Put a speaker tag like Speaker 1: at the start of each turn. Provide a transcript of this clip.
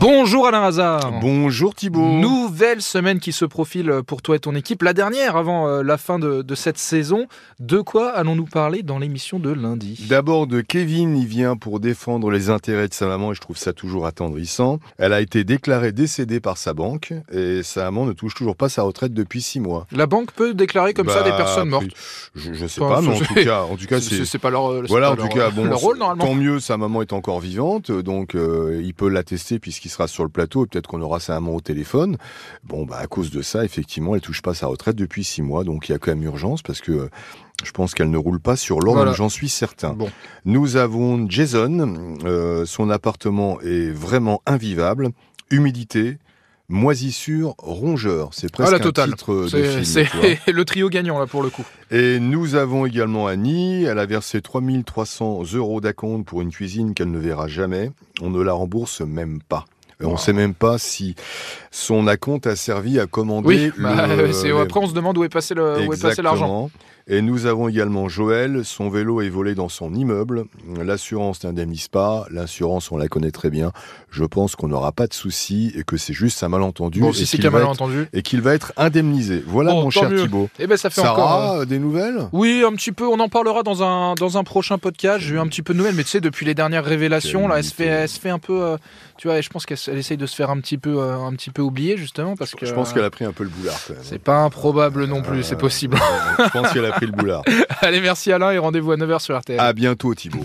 Speaker 1: Bonjour Alain Hazard
Speaker 2: Bonjour Thibault.
Speaker 1: Nouvelle semaine qui se profile pour toi et ton équipe, la dernière avant euh, la fin de, de cette saison. De quoi allons-nous parler dans l'émission de lundi
Speaker 2: D'abord de Kevin, il vient pour défendre les intérêts de sa maman et je trouve ça toujours attendrissant. Elle a été déclarée décédée par sa banque et sa maman ne touche toujours pas sa retraite depuis six mois.
Speaker 1: La banque peut déclarer comme ça
Speaker 2: Bah,
Speaker 1: des personnes mortes.
Speaker 2: Je, je sais
Speaker 1: Enfin,
Speaker 2: pas, mais en
Speaker 1: c'est-
Speaker 2: tout cas, en tout cas,
Speaker 1: C'est
Speaker 2: c'est
Speaker 1: c'est pas leur, euh, c'est
Speaker 2: voilà,
Speaker 1: pas
Speaker 2: en tout
Speaker 1: leur,
Speaker 2: cas,
Speaker 1: euh,
Speaker 2: bon,
Speaker 1: leur rôle normalement.
Speaker 2: tant mieux, sa maman est encore vivante, donc euh, il peut l'attester puisqu'il sera sur le plateau et peut-être qu'on aura sa maman au téléphone. Bon, bah à cause de ça, effectivement, elle touche pas sa retraite depuis six mois, donc il y a quand même urgence parce que euh, je pense qu'elle ne roule pas sur l'or,
Speaker 1: Voilà.
Speaker 2: donc j'en suis certain.
Speaker 1: Bon.
Speaker 2: Nous avons Jason, euh, son appartement est vraiment invivable, humidité. Moisissure, rongeur, c'est presque
Speaker 1: Ah, la
Speaker 2: un
Speaker 1: totale.
Speaker 2: titre de
Speaker 1: C'est
Speaker 2: film. tu vois.
Speaker 1: c'est le trio gagnant là pour le coup.
Speaker 2: Et nous avons également Annie. Elle a versé 3300 euros d'acompte pour une cuisine qu'elle ne verra jamais. On ne la rembourse même pas. Et On
Speaker 1: Wow.
Speaker 2: ne sait même pas si son acompte a servi à
Speaker 1: Oui,
Speaker 2: commander.
Speaker 1: bah,
Speaker 2: le-
Speaker 1: c'est- après on se demande où est passé le- où est passé l'argent.
Speaker 2: Exactement. Et nous avons également Joël. Son vélo est volé dans son immeuble. L'assurance n'indemnise pas. L'assurance, on la connaît très bien. Je pense qu'on n'aura pas de soucis et que c'est juste un malentendu.
Speaker 1: Bon,
Speaker 2: et
Speaker 1: si c'est
Speaker 2: qu'il
Speaker 1: qu'un
Speaker 2: va être-
Speaker 1: malentendu.
Speaker 2: Et qu'il va être indemnisé. Voilà,
Speaker 1: Bon,
Speaker 2: mon
Speaker 1: tant
Speaker 2: cher
Speaker 1: mieux.
Speaker 2: Thibault.
Speaker 1: Eh ben ça fait encore. euh,
Speaker 2: Sarah, des nouvelles
Speaker 1: Oui, un petit peu. On en parlera dans un, dans un prochain podcast. J'ai eu un petit peu de nouvelles, mais tu sais, depuis les dernières révélations, là, elle se fait, elle se fait un peu. euh, tu vois, et je pense qu'elle se- elle essaye de se faire un petit peu, euh, un petit peu oublier, justement, parce que.
Speaker 2: Je pense qu'elle a pris un peu le boulard quand même.
Speaker 1: C'est pas improbable non plus,
Speaker 2: Euh,
Speaker 1: c'est possible.
Speaker 2: Je pense qu'elle a pris le boulard.
Speaker 1: Allez, merci Alain et rendez-vous à 9h sur RTL.
Speaker 2: À Ah, bientôt Thibaut.